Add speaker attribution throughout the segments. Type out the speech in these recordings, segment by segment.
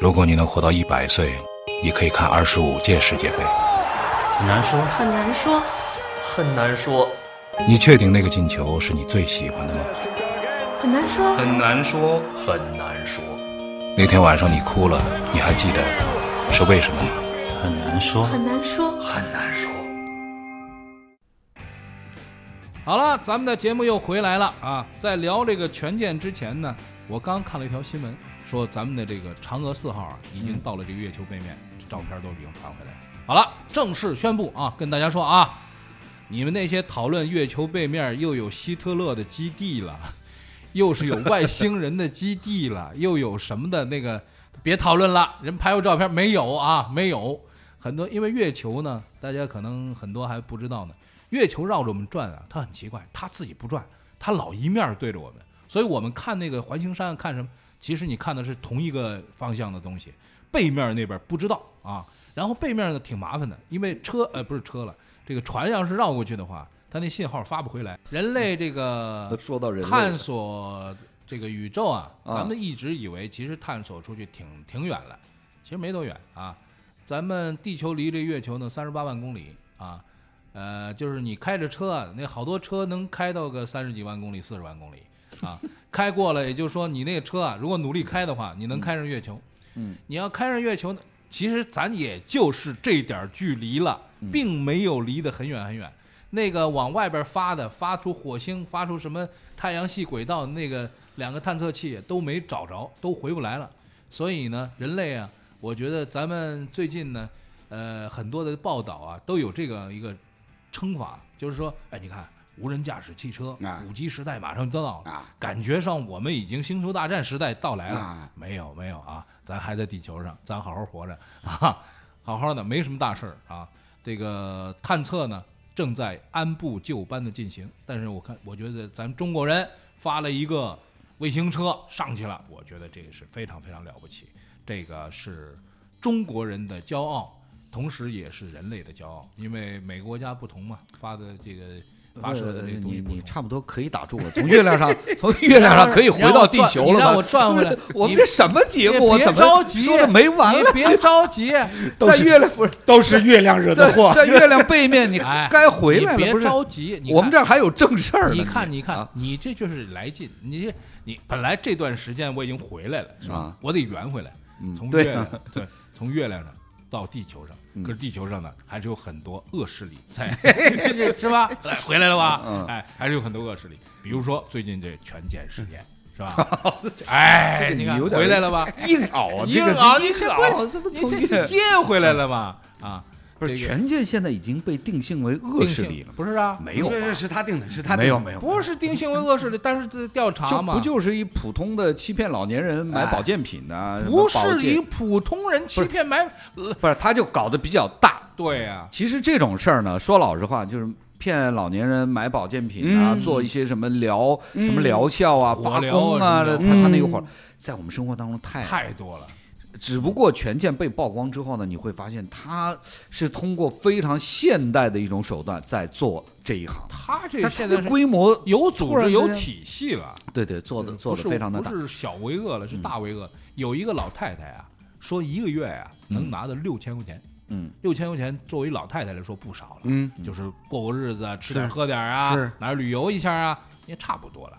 Speaker 1: 如果你能活到一百岁，你可以看二十五届世界杯。
Speaker 2: 很难说，
Speaker 3: 很难说。
Speaker 2: 很难说，
Speaker 1: 你确定那个进球是你最喜欢的吗？
Speaker 3: 很难说，
Speaker 2: 很难说，很难说，
Speaker 1: 那天晚上你哭了，你还记得是为什么吗？
Speaker 4: 很难说，
Speaker 3: 很难说。
Speaker 2: 很难说。
Speaker 5: 好了，咱们的节目又回来了啊！在聊这个权健之前呢，我刚看了一条新闻，说咱们的这个嫦娥四号啊，已经到了这个月球背面，这照片都已经传回来了。好了，正式宣布啊，跟大家说啊，你们那些讨论月球背面又有希特勒的基地了，又是有外星人的基地了，又有什么的那个， 别讨论了，人拍过照片没有啊？没有，很多因为月球呢，大家可能很多还不知道呢，月球绕着我们转啊，它很奇怪，它自己不转，它老一面对着我们，所以我们看那个环形山啊看什么，其实你看的是同一个方向的东西，背面那边不知道啊。然后背面呢挺麻烦的，因为车呃不是车了，这个船要是绕过去的话，它那信号发不回来。人类这个
Speaker 6: 都说到人类
Speaker 5: 探
Speaker 6: 了，
Speaker 5: 索这个宇宙啊，
Speaker 6: 啊
Speaker 5: 咱们一直以为其实探索出去挺挺远了，其实没多远啊。咱们地球离这月球呢三十八万公里啊，呃，就是你开着车啊，那好多车能开到个三十几万公里、四十万公里啊， 开过了，也就是说你那个车啊，如果努力开的话，你能开上月球。
Speaker 6: 嗯，
Speaker 5: 你要开上月球，其实咱也就是这点儿距离了，
Speaker 6: 嗯
Speaker 5: 并没有离得很远很远。那个往外边发的，发出火星，发出什么太阳系轨道那个两个探测器都没找着，都回不来了。所以呢，人类啊，我觉得咱们最近呢，呃，很多的报道啊，都有这个一个称法，就是说，哎，你看无人驾驶汽车，
Speaker 6: 啊
Speaker 5: 五 G 时代马上就到了，
Speaker 6: 啊
Speaker 5: 感觉上我们已经星球大战时代到来了。
Speaker 6: 啊
Speaker 5: 没有没有啊，咱还在地球上，咱好好活着 啊，好好的，没什么大事儿啊。这个探测呢，正在按部就班的进行，但是我看，我觉得咱中国人发了一个卫星车上去了，我觉得这个是非常非常了不起，这个是中国人的骄傲，同时也是人类的骄傲，因为每个国家不同嘛，发的这个发射的这个东西
Speaker 6: 你
Speaker 5: 不
Speaker 6: 你
Speaker 5: 同。
Speaker 6: 差不多可以打住了，从月 亮上从 月亮上可以回到地球了
Speaker 5: 你
Speaker 6: 吧？
Speaker 5: 让我转回来
Speaker 6: 我
Speaker 5: 你
Speaker 6: 们这什么节目？我
Speaker 5: 别
Speaker 6: 怎么
Speaker 5: 着急
Speaker 6: 说的没完
Speaker 5: 你
Speaker 6: 了？
Speaker 5: 别着 急，
Speaker 6: 在月亮不是
Speaker 4: 都是月亮惹的
Speaker 6: 在
Speaker 4: 祸。
Speaker 6: 在月亮背面，你
Speaker 5: 哎
Speaker 6: 该回来
Speaker 5: 你
Speaker 6: 了，不
Speaker 5: 别
Speaker 6: 是？
Speaker 5: 着急。你
Speaker 6: 我
Speaker 5: 看
Speaker 6: 们这儿还有正事儿呢。
Speaker 5: 你看，你看
Speaker 6: 啊，
Speaker 5: 你这就是来劲。你这，你本来这段时间我已经回来了，是吧
Speaker 6: 啊？
Speaker 5: 我得圆回来，
Speaker 6: 嗯
Speaker 5: 从
Speaker 6: 对嗯
Speaker 5: 月亮对，从月亮上到地球上。可是地球上呢，还是有很多恶势力 在，是吧？哎回来了吧
Speaker 6: 嗯？
Speaker 5: 哎，还是有很多恶势力，比如说最近这权健事件，是 吧？哎，
Speaker 6: 这个
Speaker 5: 你
Speaker 6: 你
Speaker 5: 看
Speaker 6: 有点
Speaker 5: 回来了吧？
Speaker 6: 硬熬啊，这
Speaker 5: 硬
Speaker 6: 个是
Speaker 5: 熬，你
Speaker 6: 硬
Speaker 5: 哦这
Speaker 6: 熬，这不
Speaker 5: 你
Speaker 6: 从
Speaker 5: 这
Speaker 6: 月
Speaker 5: 是接回来了嘛？啊，
Speaker 6: 不是
Speaker 5: 这个
Speaker 6: 权健现在已经被定性为 恶势力了吗？
Speaker 5: 不是啊？
Speaker 6: 没有吧，嗯
Speaker 4: 是他定的，是他定的
Speaker 6: 没有没有，
Speaker 5: 不是定性为恶势力，但是这调查
Speaker 6: 就
Speaker 5: 嘛，
Speaker 6: 不就是一普通的欺骗老年人买保健品呐？什么
Speaker 5: 不
Speaker 6: 保
Speaker 5: 是
Speaker 6: 健
Speaker 5: 以普通人欺骗买？呃
Speaker 6: 不是，他就搞得比较大。
Speaker 5: 对呀、
Speaker 6: 其实这种事儿呢，说老实话，就是骗老年人买保健品啊，
Speaker 4: 嗯
Speaker 6: 做一些什么疗、什么疗效啊、
Speaker 5: 火
Speaker 6: 拔
Speaker 5: 疗啊
Speaker 6: 宫啊，
Speaker 5: 什
Speaker 6: 他
Speaker 5: 么
Speaker 4: 的
Speaker 6: 他那个
Speaker 4: 嗯
Speaker 6: 会儿，在我们生活当中太
Speaker 5: 太多了。
Speaker 6: 只不过权健被曝光之后呢，你会发现他是通过非常现代的一种手段在做这一行，
Speaker 5: 他这
Speaker 6: 他他
Speaker 5: 现在
Speaker 6: 的
Speaker 5: 是
Speaker 6: 规模
Speaker 5: 有组
Speaker 6: 突然
Speaker 5: 织、
Speaker 6: 之
Speaker 5: 有
Speaker 6: 间
Speaker 5: 体系了，嗯
Speaker 6: 对对做的做的非常的大嗯
Speaker 5: 不，是小为恶了，是大为恶了。有一个老太太啊，说一个月啊能拿到六千块钱，
Speaker 6: 嗯，
Speaker 5: 六千块钱作为老太太来说不少了，
Speaker 4: 嗯，
Speaker 5: 就是过过日子啊，吃点
Speaker 4: 是
Speaker 5: 喝点啊
Speaker 4: 是，
Speaker 5: 哪儿旅游一下啊，也差不多了。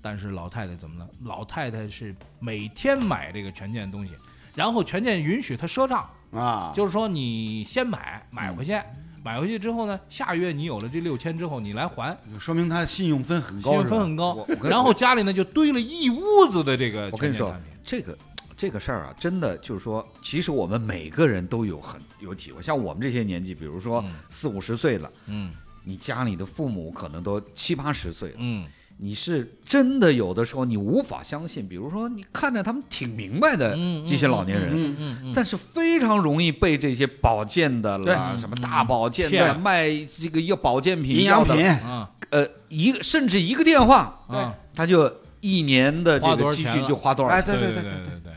Speaker 5: 但是老太太怎么了？老太太是每天买这个权健的东西，然后权健允许她赊账，
Speaker 4: 啊，嗯
Speaker 5: 就是说你先买，买回去，买回去之后呢，下月你有了这六千之后，你来还，
Speaker 4: 就说明他信用分很
Speaker 5: 信
Speaker 4: 高，
Speaker 5: 用
Speaker 4: 是吧
Speaker 5: 分很高
Speaker 6: 我我。跟
Speaker 5: 然后家里呢就堆了一屋子的这个
Speaker 6: 我
Speaker 5: 呃全
Speaker 6: 跟你
Speaker 5: 年
Speaker 6: 说
Speaker 5: 产品，，
Speaker 6: 这个这个事儿啊，真的就是说，其实我们每个人都有很有体会。像我们这些年纪，比如说
Speaker 5: 嗯
Speaker 6: 四五十岁了，
Speaker 5: 嗯
Speaker 6: 你家里的父母可能都七八十岁了，
Speaker 5: 嗯，
Speaker 6: 你是真的有的时候你无法相信。比如说，你看着他们挺明白的
Speaker 5: 嗯嗯
Speaker 6: 这些老年人。
Speaker 4: 嗯
Speaker 5: 嗯嗯，
Speaker 6: 但是非常容易被这些保健的啦，
Speaker 5: 对嗯
Speaker 6: 什么大保健
Speaker 5: 骗
Speaker 6: 的、
Speaker 5: 了
Speaker 6: 卖这个药保健品、
Speaker 4: 营养
Speaker 6: 药
Speaker 4: 品
Speaker 6: 的，
Speaker 5: 啊
Speaker 6: 呃，一个甚至一个电话，
Speaker 5: 啊，
Speaker 6: 他就一年的这
Speaker 5: 花多
Speaker 6: 个
Speaker 5: 少
Speaker 6: 积
Speaker 5: 钱
Speaker 6: 蓄
Speaker 5: 了
Speaker 6: 就花多少
Speaker 4: 哎，
Speaker 6: 钱。
Speaker 4: 对
Speaker 5: 对
Speaker 4: 对
Speaker 5: 对
Speaker 4: 对，
Speaker 5: 对，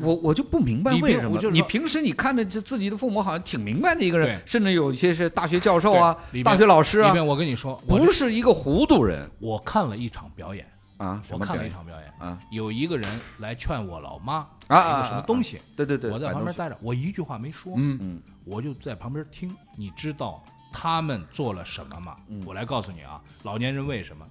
Speaker 6: 我我就不明白
Speaker 5: 你
Speaker 6: 为
Speaker 5: 平
Speaker 6: 什
Speaker 5: 我
Speaker 6: 么
Speaker 5: 就是说
Speaker 6: 你平时你看着这自己的父母好像挺明白的一个人
Speaker 5: 对，
Speaker 6: 甚至有一些是大学教授啊
Speaker 5: 对里、面
Speaker 6: 大学老师
Speaker 5: 因
Speaker 6: 啊
Speaker 5: 为，我跟你说，我
Speaker 6: 不是一个糊涂人
Speaker 5: 我看了一场表演，
Speaker 6: 啊，什
Speaker 5: 我
Speaker 6: 么
Speaker 5: 看
Speaker 6: 表
Speaker 5: 了一
Speaker 6: 演
Speaker 5: 场表演，
Speaker 6: 啊
Speaker 5: 有一个人来劝我老妈买
Speaker 6: 啊
Speaker 5: 一个什么东西，
Speaker 6: 对对对，哎
Speaker 5: 我在
Speaker 6: 买
Speaker 5: 旁
Speaker 6: 东
Speaker 5: 边
Speaker 6: 西，
Speaker 5: 待着，我一句话没说，
Speaker 6: 嗯嗯，
Speaker 5: 我就在旁边听。你知道他们做了什么吗？
Speaker 6: 嗯
Speaker 5: 我来告诉你啊，老年人为什么？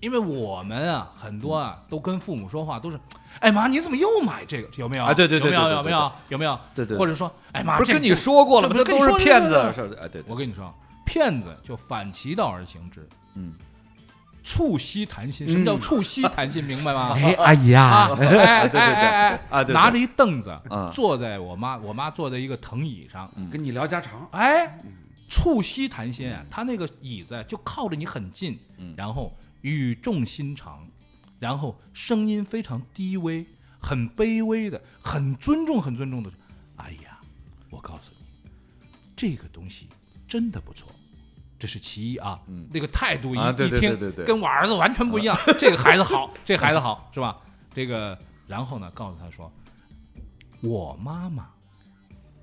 Speaker 5: 因为我们啊，很多啊，都跟父母说话都是，哎妈，你怎么又买这个？有没有？
Speaker 6: 啊对对对
Speaker 5: 有没有？
Speaker 6: 对对对
Speaker 5: 有没有？有没有？
Speaker 6: 对对对
Speaker 5: 或者说，哎妈，
Speaker 6: 不是
Speaker 5: 这
Speaker 6: 跟你说过了吗？
Speaker 5: 这不是跟
Speaker 6: 都
Speaker 5: 你
Speaker 6: 是
Speaker 5: 说
Speaker 6: 骗
Speaker 5: 对对
Speaker 6: 子，
Speaker 5: 对
Speaker 6: 是不是？哎，对对，
Speaker 5: 我跟你说，啊骗子就反其道而行之。
Speaker 6: 嗯，
Speaker 5: 促膝谈心，什么叫促膝谈心？明白吗？
Speaker 4: 嗯哎，阿姨啊，
Speaker 5: 啊，哎哎
Speaker 6: 对对对
Speaker 5: 哎
Speaker 6: 啊
Speaker 5: 哎，
Speaker 6: 对对
Speaker 5: 拿着一凳子
Speaker 6: 嗯
Speaker 5: 坐在我妈，我妈坐在一个藤椅上，
Speaker 4: 跟你聊家常，
Speaker 5: 哎，促膝谈心啊，他那个椅子就靠着你很近，
Speaker 6: 嗯
Speaker 5: 然后语重心长，然后声音非常低微，很卑微的，很尊重，很尊重的，哎呀，我告诉你，这个东西真的不错。这是其一啊，那个态度一、
Speaker 6: 啊对对
Speaker 5: 一听
Speaker 6: 对对啊对
Speaker 5: 跟我儿子完全不一样。这个孩子好，这孩子好是吧？这个，然后呢，告诉他说，我妈妈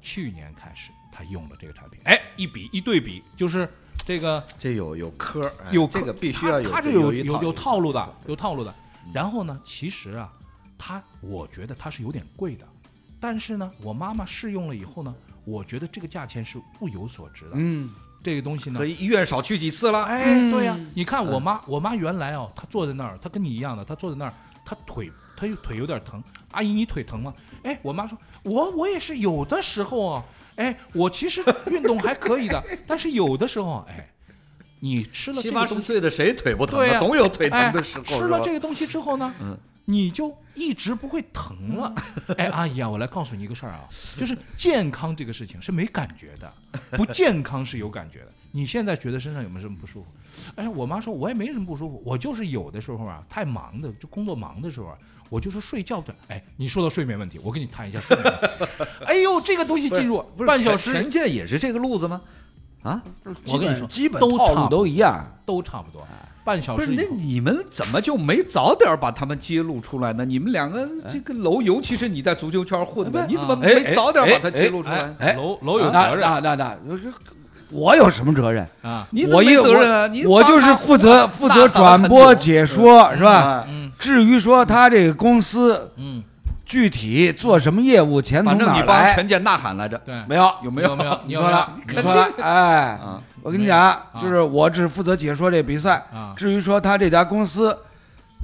Speaker 5: 去年开始她用了这个产品，哎，一比一对比，就是这个
Speaker 6: 这有有科儿，哎
Speaker 5: 有
Speaker 6: 这个必须
Speaker 5: 他
Speaker 6: 要有，
Speaker 5: 他这
Speaker 6: 有
Speaker 5: 有
Speaker 6: 一
Speaker 5: 有
Speaker 6: 有
Speaker 5: 套路的，
Speaker 6: 对嗯
Speaker 5: 有套路的。然后呢，其实啊，它我觉得它是有点贵的，但是呢，我妈妈试用了以后呢，我觉得这个价钱是物有所值的。
Speaker 4: 嗯，
Speaker 5: 这个东西呢
Speaker 6: 可，以嗯医院少去几次了。
Speaker 5: 哎，对呀、你看我妈，我妈原来哦，她坐在那儿，她跟你一样的，她坐在那儿，她腿她有腿有点疼。阿姨，你腿疼吗？哎，我妈说，我我也是有的时候啊，哎，我其实运动还可以的， 但是有的时候啊，哎，你吃了
Speaker 6: 七
Speaker 5: 这
Speaker 6: 八
Speaker 5: 个
Speaker 6: 十
Speaker 5: 东西，
Speaker 6: 岁的谁腿不疼
Speaker 5: 对
Speaker 6: 啊？
Speaker 5: 呀
Speaker 6: 总有腿疼的
Speaker 5: 哎
Speaker 6: 时候。
Speaker 5: 吃
Speaker 6: 是
Speaker 5: 了
Speaker 6: 吧嗯
Speaker 5: 这个东西之后呢，你就一直不会疼了。 哎，阿姨啊，我来告诉你一个事儿啊，就是健康这个事情是没感觉的，不健康是有感觉的。你现在觉得身上有没有什么不舒服？哎，我妈说我也没什么不舒服，我就是有的时候啊，太忙的，就工作忙的时候啊，我就是睡觉的。哎，你说到睡眠问题，我跟你谈一下睡眠问题。 哎呦，这个东西进入半小时
Speaker 6: 全健也是这个路子吗？啊，
Speaker 5: 我跟你说
Speaker 6: 基本
Speaker 5: 都
Speaker 6: 套
Speaker 5: 差
Speaker 6: 路
Speaker 5: 不
Speaker 6: 都一样。
Speaker 5: 都差不多，半小
Speaker 6: 啊不是，
Speaker 5: 时以
Speaker 6: 那
Speaker 5: 后。
Speaker 6: 你们怎么就没早点把他们揭露出来呢？你们两个
Speaker 4: 哎
Speaker 6: 这个楼，尤其是你在足球圈混的，你怎么
Speaker 4: 啊
Speaker 6: 没早点把它揭露出来？
Speaker 5: 哎，楼楼
Speaker 6: 啊
Speaker 5: 有
Speaker 4: 那
Speaker 5: 责任
Speaker 4: 那那那，我有什么责任？
Speaker 5: 啊！
Speaker 6: 你怎么
Speaker 4: 哎我
Speaker 6: 没
Speaker 4: 一
Speaker 6: 责任啊？你
Speaker 4: 我就是负责负责转播解说，是吧？
Speaker 5: 嗯
Speaker 4: 至于说他这个公司
Speaker 5: 嗯，
Speaker 4: 具体做什么业务，钱
Speaker 6: 反
Speaker 4: 从
Speaker 6: 正
Speaker 4: 哪
Speaker 6: 你
Speaker 4: 儿
Speaker 6: 帮
Speaker 4: 来，
Speaker 6: 权健呐喊来着。
Speaker 5: 对，
Speaker 4: 没有。
Speaker 6: 有
Speaker 5: 没
Speaker 6: 没
Speaker 5: 有没有，
Speaker 4: 你
Speaker 5: 有
Speaker 4: 说
Speaker 5: 没
Speaker 4: 了
Speaker 5: 有，
Speaker 4: 你说了，哎，
Speaker 6: 嗯
Speaker 4: 我跟你讲，啊
Speaker 6: 啊
Speaker 4: 就是我只负责解说这比赛
Speaker 5: 啊，
Speaker 4: 至于说他这家公司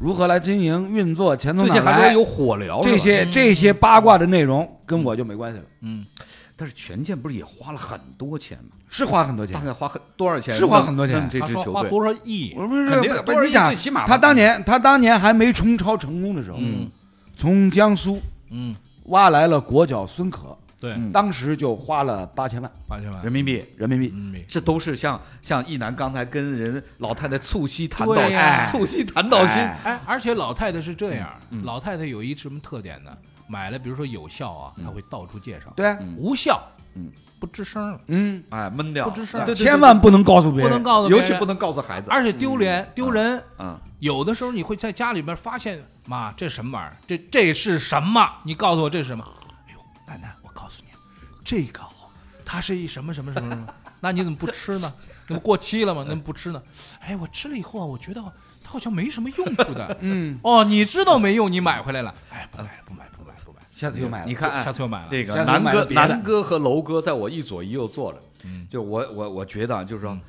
Speaker 4: 如何来经营运作，钱从
Speaker 6: 最
Speaker 4: 哪儿
Speaker 6: 近还说
Speaker 4: 来，
Speaker 6: 有火疗是吧嗯
Speaker 4: 这些这些八卦的内容跟我就没关系了，
Speaker 5: 嗯，
Speaker 6: 但是权健不是也花了很多钱吗？
Speaker 4: 是花很多钱
Speaker 6: 大。概花很多少钱？
Speaker 4: 是花很多钱
Speaker 6: 弄这
Speaker 5: 他
Speaker 6: 支
Speaker 5: 说
Speaker 6: 球
Speaker 5: 花
Speaker 6: 队
Speaker 5: 多少亿？
Speaker 4: 我不是
Speaker 6: 肯定的
Speaker 4: 不
Speaker 6: 多少
Speaker 4: 是，你
Speaker 6: 亿
Speaker 4: 想
Speaker 6: 最起码吧
Speaker 4: 他当年他当年还没冲超成功的时候，
Speaker 5: 嗯
Speaker 4: 从江苏
Speaker 5: 嗯，
Speaker 4: 挖来了国脚孙可，
Speaker 5: 对，
Speaker 6: 嗯
Speaker 4: 当时就花了八千万
Speaker 5: 八千万
Speaker 6: 人民币。
Speaker 4: 人民币。
Speaker 5: 币，
Speaker 6: 这都是像像一楠刚才跟人老太太促膝谈到
Speaker 5: 对
Speaker 6: 心
Speaker 5: 呀，
Speaker 6: 促膝谈到心，嗯
Speaker 4: 哎
Speaker 5: 哎，而且老太太是这样，老太太有一什么特点呢？买了，比如说有效啊，她会到处介绍；
Speaker 4: 对啊，
Speaker 5: 无效，
Speaker 6: 嗯，
Speaker 5: 不吱声了，
Speaker 4: 嗯，
Speaker 6: 哎，闷掉，
Speaker 5: 不吱声
Speaker 6: 对对对
Speaker 4: 千万不能告诉别
Speaker 5: 不
Speaker 4: 人，
Speaker 5: 能告诉别
Speaker 6: 尤
Speaker 5: 人，
Speaker 6: 其不能告诉孩子。
Speaker 4: 哎
Speaker 5: 而且丢脸丢人。
Speaker 6: 嗯，
Speaker 5: 有的时候你会在家里边发现，妈，这什么玩意儿？这这是什么？你告诉我这是什么？哎呦，奶奶，我告诉你，这个哦它是一什么什么什么什么？那你怎么不吃呢？那么过期了吗？那么不吃呢？哎，我吃了以后啊，我觉得它好像没什么用处的。嗯，哦，你知道没用，你买回来了。哎，不买了，不买了，不买了，不买了。
Speaker 4: 下次就买了。
Speaker 6: 你看，哎
Speaker 5: 下次又买了
Speaker 6: 这个
Speaker 4: 下次
Speaker 6: 南
Speaker 4: 又买
Speaker 6: 哥、
Speaker 4: 了别的
Speaker 6: 南哥和楼哥在我一左一右坐着，
Speaker 5: 嗯
Speaker 6: 就我我我觉得啊，就是说
Speaker 5: 嗯，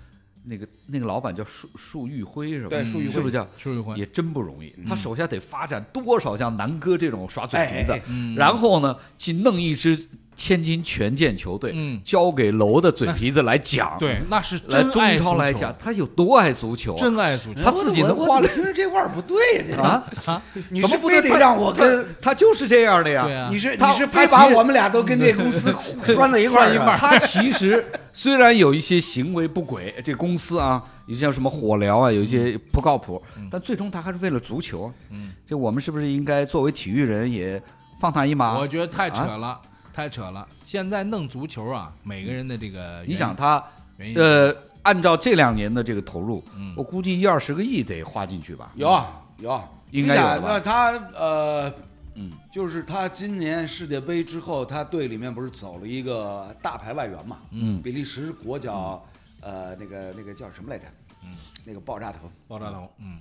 Speaker 6: 那个那个老板叫束束玉辉是吧？嗯
Speaker 4: 对束玉辉嗯
Speaker 6: 是不是叫？
Speaker 5: 吃一回
Speaker 6: 也真不容易，他手下得发展多少像南哥这种耍嘴皮
Speaker 4: 哎哎
Speaker 6: 子，然后呢，去弄一支天津权健球队
Speaker 5: 嗯，
Speaker 6: 交给楼的嘴皮子来讲，，
Speaker 5: 对，那是
Speaker 6: 来
Speaker 5: 真爱足
Speaker 6: 中超
Speaker 5: 球
Speaker 6: 来讲，，他有多爱足球啊，
Speaker 5: 真爱足球。
Speaker 6: 他自己能花了
Speaker 4: 我我听着这味儿不对呀、
Speaker 6: 啊？
Speaker 4: 这你
Speaker 6: 怎么
Speaker 4: 是
Speaker 6: 不能
Speaker 4: 非得让我跟？
Speaker 6: 他就是这样的呀，
Speaker 5: 对啊
Speaker 4: 你是你
Speaker 6: 他
Speaker 4: 是
Speaker 6: 他
Speaker 4: 非
Speaker 6: 其
Speaker 4: 把
Speaker 6: 实
Speaker 4: 我们俩都跟这公司 拴在一块儿是吧？
Speaker 6: 他其实虽然有一些行为不轨，这公司啊，有些像什么火疗啊，有一
Speaker 5: 嗯
Speaker 6: 些不靠谱，但最终他还是为了足球。嗯，就我们是不是应该作为体育人也放他一马
Speaker 5: 我？觉得太扯了，太扯了。现在弄足球啊，每个人的这个
Speaker 6: 你
Speaker 5: 原
Speaker 6: 想他
Speaker 5: 原因
Speaker 6: 呃，按照这两年的这个投入
Speaker 5: 嗯，
Speaker 6: 我估计一二十个亿得花进去吧。嗯
Speaker 4: 有啊有啊，
Speaker 6: 应该有吧
Speaker 4: 你想那他呃，嗯，就是他今年世界杯之后，他队里面不是走了一个大牌外援嘛？
Speaker 6: 嗯
Speaker 4: 比利时国脚，呃，那个那个叫什么来着？嗯，那个爆炸头，
Speaker 5: 爆炸头，嗯，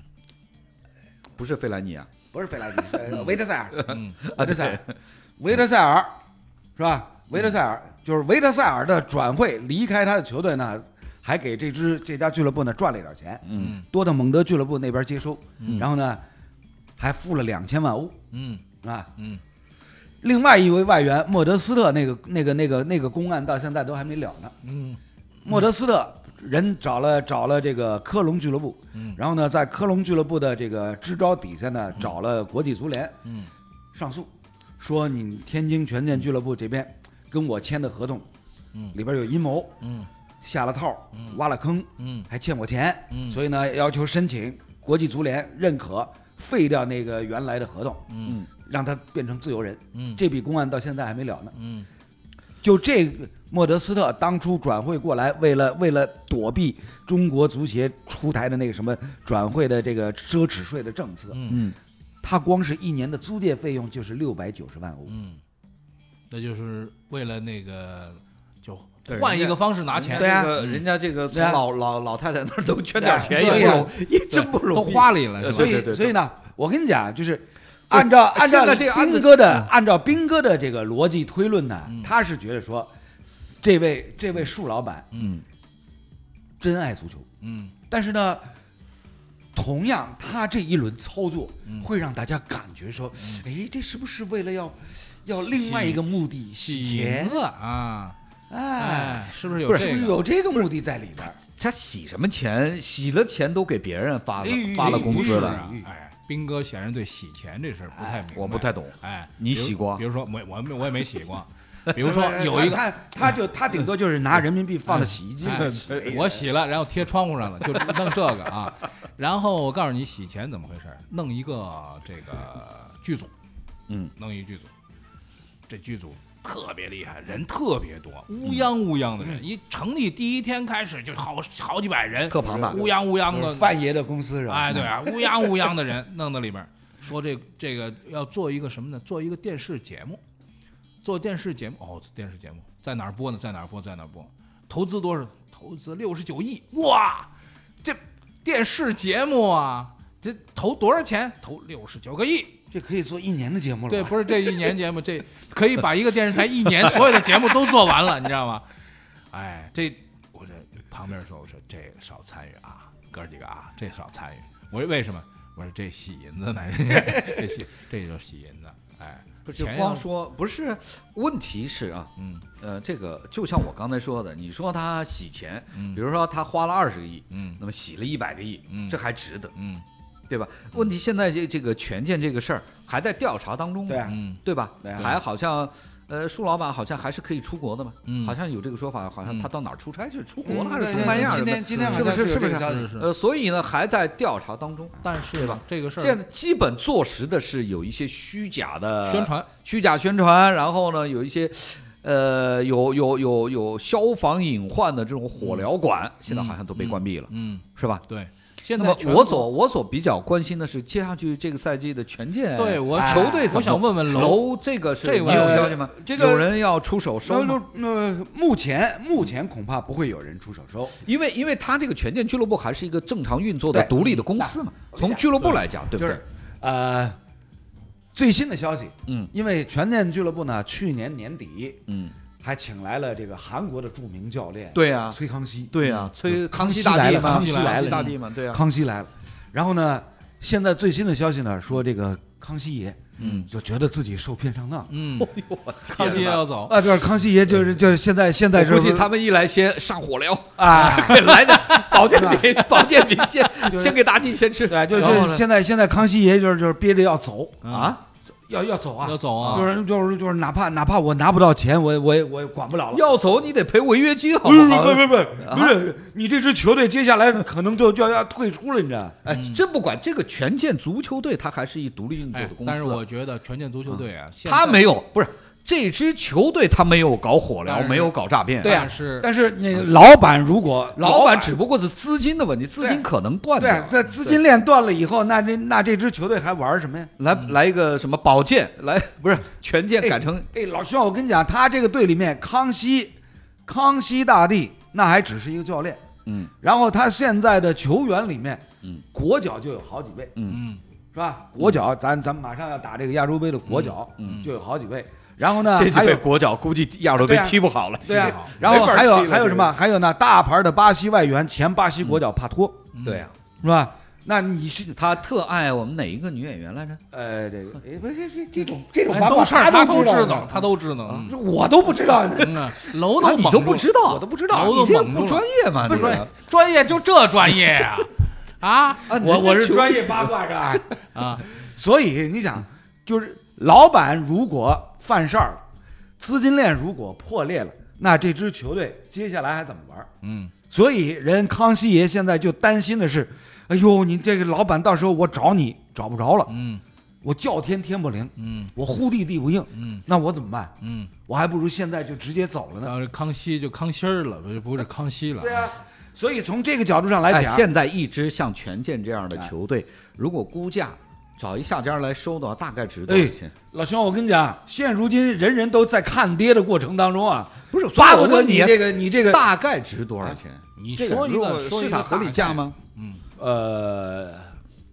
Speaker 4: 不
Speaker 6: 不是费兰尼啊，
Speaker 4: 不是费莱尼，呃维特塞尔，
Speaker 6: 啊
Speaker 4: 维特塞尔，维特塞尔是吧？维特塞尔就是维特塞尔的转会离开他的球队呢，还给这支这家俱乐部呢赚了一点钱，
Speaker 6: 嗯，
Speaker 4: 多特蒙德俱乐部那边接收，然后呢还付了两千万欧
Speaker 5: 嗯
Speaker 4: 啊，
Speaker 5: 嗯，
Speaker 4: 另外一位外援莫德斯特那个那个那个那个公案到现在都还没了呢，
Speaker 5: 嗯
Speaker 4: 莫德斯特人找了找了这个科隆俱乐部，
Speaker 5: 嗯
Speaker 4: 然后呢，在科隆俱乐部的这个支招底下呢，找了国际足联，
Speaker 5: 嗯，
Speaker 4: 上诉，说你天津权健俱乐部这边跟我签的合同，
Speaker 5: 嗯
Speaker 4: 里边有阴谋，
Speaker 5: 嗯
Speaker 4: 下了套，嗯，挖了坑，
Speaker 5: 嗯
Speaker 4: 还欠我钱，
Speaker 5: 嗯
Speaker 4: 所以呢，要求申请国际足联认可废掉那个原来的合同，
Speaker 5: 嗯，
Speaker 4: 让他变成自由人，
Speaker 5: 嗯
Speaker 4: 这笔公案到现在还没了呢，
Speaker 5: 嗯
Speaker 4: 就这个莫德斯特当初转会过来，为了为了躲避中国足协出台的那个什么转会的这个奢侈税的政策，
Speaker 5: 嗯
Speaker 6: 嗯，
Speaker 4: 他光是一年的租借费用就是六百九十万欧，
Speaker 5: 嗯，那就是为了那个就
Speaker 6: 对
Speaker 5: 换一
Speaker 6: 人
Speaker 5: 个
Speaker 6: 家
Speaker 5: 方式拿钱，
Speaker 4: 对啊
Speaker 6: 人家这个人家这个从
Speaker 4: 对啊
Speaker 6: 老老老太太那儿都捐点钱
Speaker 4: 对
Speaker 6: 也
Speaker 4: 啊
Speaker 6: 不容也 真不容易，
Speaker 5: 都花里了，是
Speaker 6: 呃
Speaker 5: 吧
Speaker 4: 所以
Speaker 6: 对对对
Speaker 4: 所以呢，我跟你讲，就是按照按照
Speaker 6: 现在这个案子
Speaker 4: 斌哥的按照斌哥的这个逻辑推论呢，他是觉得说，这位这位树老板
Speaker 6: 嗯，
Speaker 4: 真爱足球，
Speaker 5: 嗯
Speaker 4: 但是呢，同样他这一轮操作会让大家感觉说，哎，这是不是为了要要另外一个目的洗
Speaker 5: 银
Speaker 4: 钱？
Speaker 5: 子啊，
Speaker 4: 哎
Speaker 5: 哎，，是不是有
Speaker 4: 不是
Speaker 5: 这
Speaker 4: 是不是
Speaker 5: 个？
Speaker 4: 有这个目的在里边儿？
Speaker 6: 他洗什么钱？洗了钱都给别人发了
Speaker 4: 哎
Speaker 6: 发了工资
Speaker 5: 是
Speaker 6: 了，
Speaker 5: 啊，哎，斌哥显然对洗钱这事儿不太明白，
Speaker 6: 我不太懂
Speaker 5: 哎，
Speaker 6: 你
Speaker 5: 比如
Speaker 6: 洗过啊
Speaker 5: 比如说我我没我也没洗过，比如 说
Speaker 4: 哎
Speaker 5: 有一个
Speaker 4: 他他就他顶多就是拿人民币放到洗衣机
Speaker 5: 哎
Speaker 4: 里，
Speaker 5: 我洗了，然后贴窗户上了，就弄这个啊。然后我告诉你，洗钱怎么回事儿？弄一个这个剧组，
Speaker 6: 嗯，
Speaker 5: 弄一剧组，这剧组特别厉害，人特别多，乌泱乌泱的人。一成立第一天开始就好好几百人，
Speaker 6: 嗯特庞大
Speaker 5: 乌泱乌泱的，
Speaker 4: 范爷的公司是吧？
Speaker 5: 哎，对啊，乌泱乌泱的人弄到里边儿， 说这这个要做一个什么呢？做一个电视节目，做电视节目哦，电视节目在哪儿播呢？在哪儿播？在哪儿播？投资多少？投资六十九亿！哇，这电视节目啊，这投多少钱？投六十九个亿！
Speaker 4: 这可以做一年的节目了吧。
Speaker 5: 对，不是这一年节目，这可以把一个电视台一年所有的节目都做完了，你知道吗？哎，这我这旁边说，我说这个少参与啊，哥几个啊，这少参与。我说为什么？我说这洗银子呢，这洗这就是洗银子。哎，
Speaker 6: 不是
Speaker 5: 钱要
Speaker 6: 光说不是，问题是啊，
Speaker 5: 嗯
Speaker 6: 呃，这个就像我刚才说的，你说他洗钱，
Speaker 5: 嗯
Speaker 6: 比如说他花了二十个亿，
Speaker 5: 嗯
Speaker 6: 那么洗了一百个亿，
Speaker 5: 嗯
Speaker 6: 这还值得，
Speaker 5: 嗯
Speaker 6: 对吧？问题现在这这个权健这个事儿还在调查当中嘛，
Speaker 4: 对啊
Speaker 5: 嗯
Speaker 6: 对吧？
Speaker 4: 对啊
Speaker 6: 还好像。呃，舒老板好像还是可以出国的嘛，
Speaker 5: 嗯
Speaker 6: 好像有这个说法，好像他到哪儿出差去，出国了
Speaker 4: 嗯
Speaker 6: 还
Speaker 4: 对
Speaker 6: 是
Speaker 4: 对
Speaker 6: 东南亚
Speaker 4: 今
Speaker 6: 什么
Speaker 4: 天
Speaker 6: 的，
Speaker 4: 今天好
Speaker 6: 是不
Speaker 4: 像
Speaker 6: 是
Speaker 4: 是
Speaker 6: 是
Speaker 4: 有
Speaker 6: 不
Speaker 4: 这
Speaker 6: 是
Speaker 4: 个消息？
Speaker 5: 是是。
Speaker 6: 呃，所以呢，还在调查当中。
Speaker 5: 但是
Speaker 6: 对
Speaker 5: 呢
Speaker 6: 吧，
Speaker 5: 这个事
Speaker 6: 现
Speaker 5: 儿
Speaker 6: 在基本坐实的是有一些虚假的
Speaker 5: 宣传，
Speaker 6: 虚假宣传，然后呢，有一些，呃，有有有有消防隐患的这种火疗馆，现在好像都被关闭了，
Speaker 5: 嗯，
Speaker 6: 是吧？
Speaker 5: 对。现
Speaker 6: 那
Speaker 5: 在
Speaker 6: 么
Speaker 5: 全
Speaker 6: 我
Speaker 5: 国
Speaker 6: 所我所比较关心的是，接下去这个赛季的啊权健
Speaker 5: 对我
Speaker 6: 球队怎么弄，
Speaker 5: 我想问问楼，
Speaker 6: 楼这个是
Speaker 5: 这个
Speaker 6: 你有
Speaker 4: 呃
Speaker 6: 消息吗？
Speaker 4: 这个
Speaker 6: 有人要出手收
Speaker 4: 收
Speaker 6: 吗？
Speaker 4: 收呃，目前目前恐怕不会有人出手收，
Speaker 6: 因为因为他这个权健俱乐部还是一个正常运作的
Speaker 4: 对
Speaker 6: 独立的公司嘛，
Speaker 4: 那
Speaker 6: 从俱乐部来讲，对不
Speaker 4: 就
Speaker 6: 对
Speaker 4: 是？呃，最新的消息，
Speaker 6: 嗯，
Speaker 4: 因为权健俱乐部呢，去年年底
Speaker 6: 嗯，
Speaker 4: 还请来了这个韩国的著名教练，
Speaker 6: 对啊，
Speaker 4: 崔康熙，
Speaker 6: 对啊，崔康熙
Speaker 4: 熙
Speaker 6: 大
Speaker 4: 来
Speaker 6: 帝
Speaker 4: 了
Speaker 6: 嘛，
Speaker 4: 康熙来了
Speaker 6: 大帝嘛，对啊，
Speaker 4: 康熙来了。然后呢，现在最新的消息呢，说这个康熙爷，
Speaker 6: 嗯，
Speaker 4: 就觉得自己受骗上当。
Speaker 5: 嗯，
Speaker 6: 康
Speaker 5: 康 熙也要走，
Speaker 4: 啊，对，康熙爷就是就是现在现在
Speaker 6: 嗯我
Speaker 4: 是
Speaker 6: 估计他们一来先上火疗，
Speaker 4: 啊，
Speaker 6: 来点保健品，保健品先先给大帝先吃，哎
Speaker 4: 对，就
Speaker 6: 然后
Speaker 4: 就
Speaker 6: 呢
Speaker 4: 现在现在康熙爷就是就是憋着要走，
Speaker 6: 啊，
Speaker 4: 要要走啊，
Speaker 5: 要走啊，
Speaker 4: 就是就是就是哪怕哪怕我拿不到钱，我也我也我也管不了了。
Speaker 6: 要走你得赔违约金，好不
Speaker 4: 不是
Speaker 6: 好
Speaker 4: 不？是不是不是，你这支球队接下来可能就就要要退出了，你知道？
Speaker 6: 哎，真不管这个权健足球队，它还是一独立运作
Speaker 5: 哎
Speaker 6: 的公司，
Speaker 5: 但
Speaker 6: 啊嗯
Speaker 5: 是我觉得权健足球队啊，现
Speaker 6: 他
Speaker 5: 在
Speaker 6: 没有，不是这支球队他没有搞火疗，
Speaker 5: 但是
Speaker 6: 没有搞诈骗，啊
Speaker 5: 但是
Speaker 4: 但是那个老板如果
Speaker 6: 老
Speaker 4: 板
Speaker 6: 板只不过是资金的问题，资
Speaker 4: 对
Speaker 6: 金可能断掉
Speaker 4: 对，啊这资金链断了以后，那这那这支球队还玩什么呀？
Speaker 6: 来来一个什么保健，来不是权健改成
Speaker 4: 哎，老兄，我跟你讲，他这个队里面，康熙，康熙大帝那还只是一个教练，
Speaker 6: 嗯，
Speaker 4: 然后他现在的球员里面，
Speaker 6: 嗯，
Speaker 4: 国脚就有好几位，
Speaker 6: 嗯
Speaker 5: 嗯
Speaker 4: 是吧？国脚，咱咱马上要打这个亚洲杯的国脚，
Speaker 6: 嗯
Speaker 4: 就有好几位。然后呢，
Speaker 6: 这几
Speaker 4: 还
Speaker 6: 位
Speaker 4: 有
Speaker 6: 国脚估计亚洲杯
Speaker 4: 对啊
Speaker 6: 踢不好了。
Speaker 4: 对
Speaker 6: 今
Speaker 4: 啊
Speaker 6: 天，
Speaker 4: 然后
Speaker 6: 没法
Speaker 4: 还
Speaker 6: 踢
Speaker 4: 有
Speaker 6: 了
Speaker 4: 还有什么？？还有呢，大牌的巴西外援前巴西国
Speaker 6: 嗯
Speaker 4: 脚帕托，
Speaker 5: 嗯
Speaker 6: 对啊，
Speaker 4: 是吧？那你是
Speaker 6: 他特爱我们哪一个女演员来着？
Speaker 4: 呃，这个哎，不是这这种这种
Speaker 5: 哎
Speaker 4: 八
Speaker 5: 都
Speaker 4: 卦
Speaker 5: 事儿他都
Speaker 4: 知
Speaker 5: 知
Speaker 4: 道
Speaker 5: 道，，他都知道。嗯
Speaker 4: 这我都不知道呢。
Speaker 5: 嗯啊，楼
Speaker 6: 啊
Speaker 5: 都
Speaker 6: 你
Speaker 5: 蒙
Speaker 6: 都
Speaker 5: 住
Speaker 6: 不
Speaker 5: 了
Speaker 6: 知道，
Speaker 4: 我都不知道
Speaker 5: 楼
Speaker 6: 你
Speaker 5: 都
Speaker 6: 这个
Speaker 5: 蒙
Speaker 6: 不
Speaker 5: 住
Speaker 6: 专
Speaker 5: 了，
Speaker 6: 业嘛？
Speaker 5: 不
Speaker 6: 你
Speaker 5: 是
Speaker 6: 这个
Speaker 5: 专专业就这专业 呀、啊？
Speaker 6: 啊，
Speaker 4: 我我是
Speaker 6: 人家球
Speaker 4: 专业八卦 的，
Speaker 5: 啊
Speaker 6: 哎
Speaker 5: 啊！
Speaker 4: 所以你想，就是老板如果犯事儿了，资金链如果破裂了，那这支球队接下来还怎么玩？
Speaker 5: 嗯，
Speaker 4: 所以人康熙爷现在就担心的是，哎呦，你这个老板到时候我找你找不着了，
Speaker 5: 嗯
Speaker 4: 我叫天天不灵，
Speaker 5: 嗯
Speaker 4: 我呼地地不应，
Speaker 5: 嗯
Speaker 4: 那我怎么办？
Speaker 5: 嗯，
Speaker 4: 我还不如现在就直接走了
Speaker 5: 然
Speaker 6: 啊
Speaker 4: 呢。
Speaker 5: 后这康熙就康熙儿了，不是不是康熙了。
Speaker 4: 对啊，所以从这个角度上来
Speaker 6: 哎，
Speaker 4: 讲，
Speaker 6: 现在一支像权健这样的球队，如果估价找一下家来收的话，大概值多少钱？
Speaker 4: 老兄，我跟你讲，现如今人人都在看跌的过程当中啊，
Speaker 6: 不是，
Speaker 4: 巴
Speaker 6: 我
Speaker 4: 不得
Speaker 6: 问啊
Speaker 4: 你这个你这个
Speaker 6: 大概值多少钱？
Speaker 5: 你
Speaker 6: 哎这个
Speaker 5: 说一
Speaker 6: 如果
Speaker 5: 个说一
Speaker 6: 市
Speaker 5: 个
Speaker 6: 场合理价吗？
Speaker 4: 呃，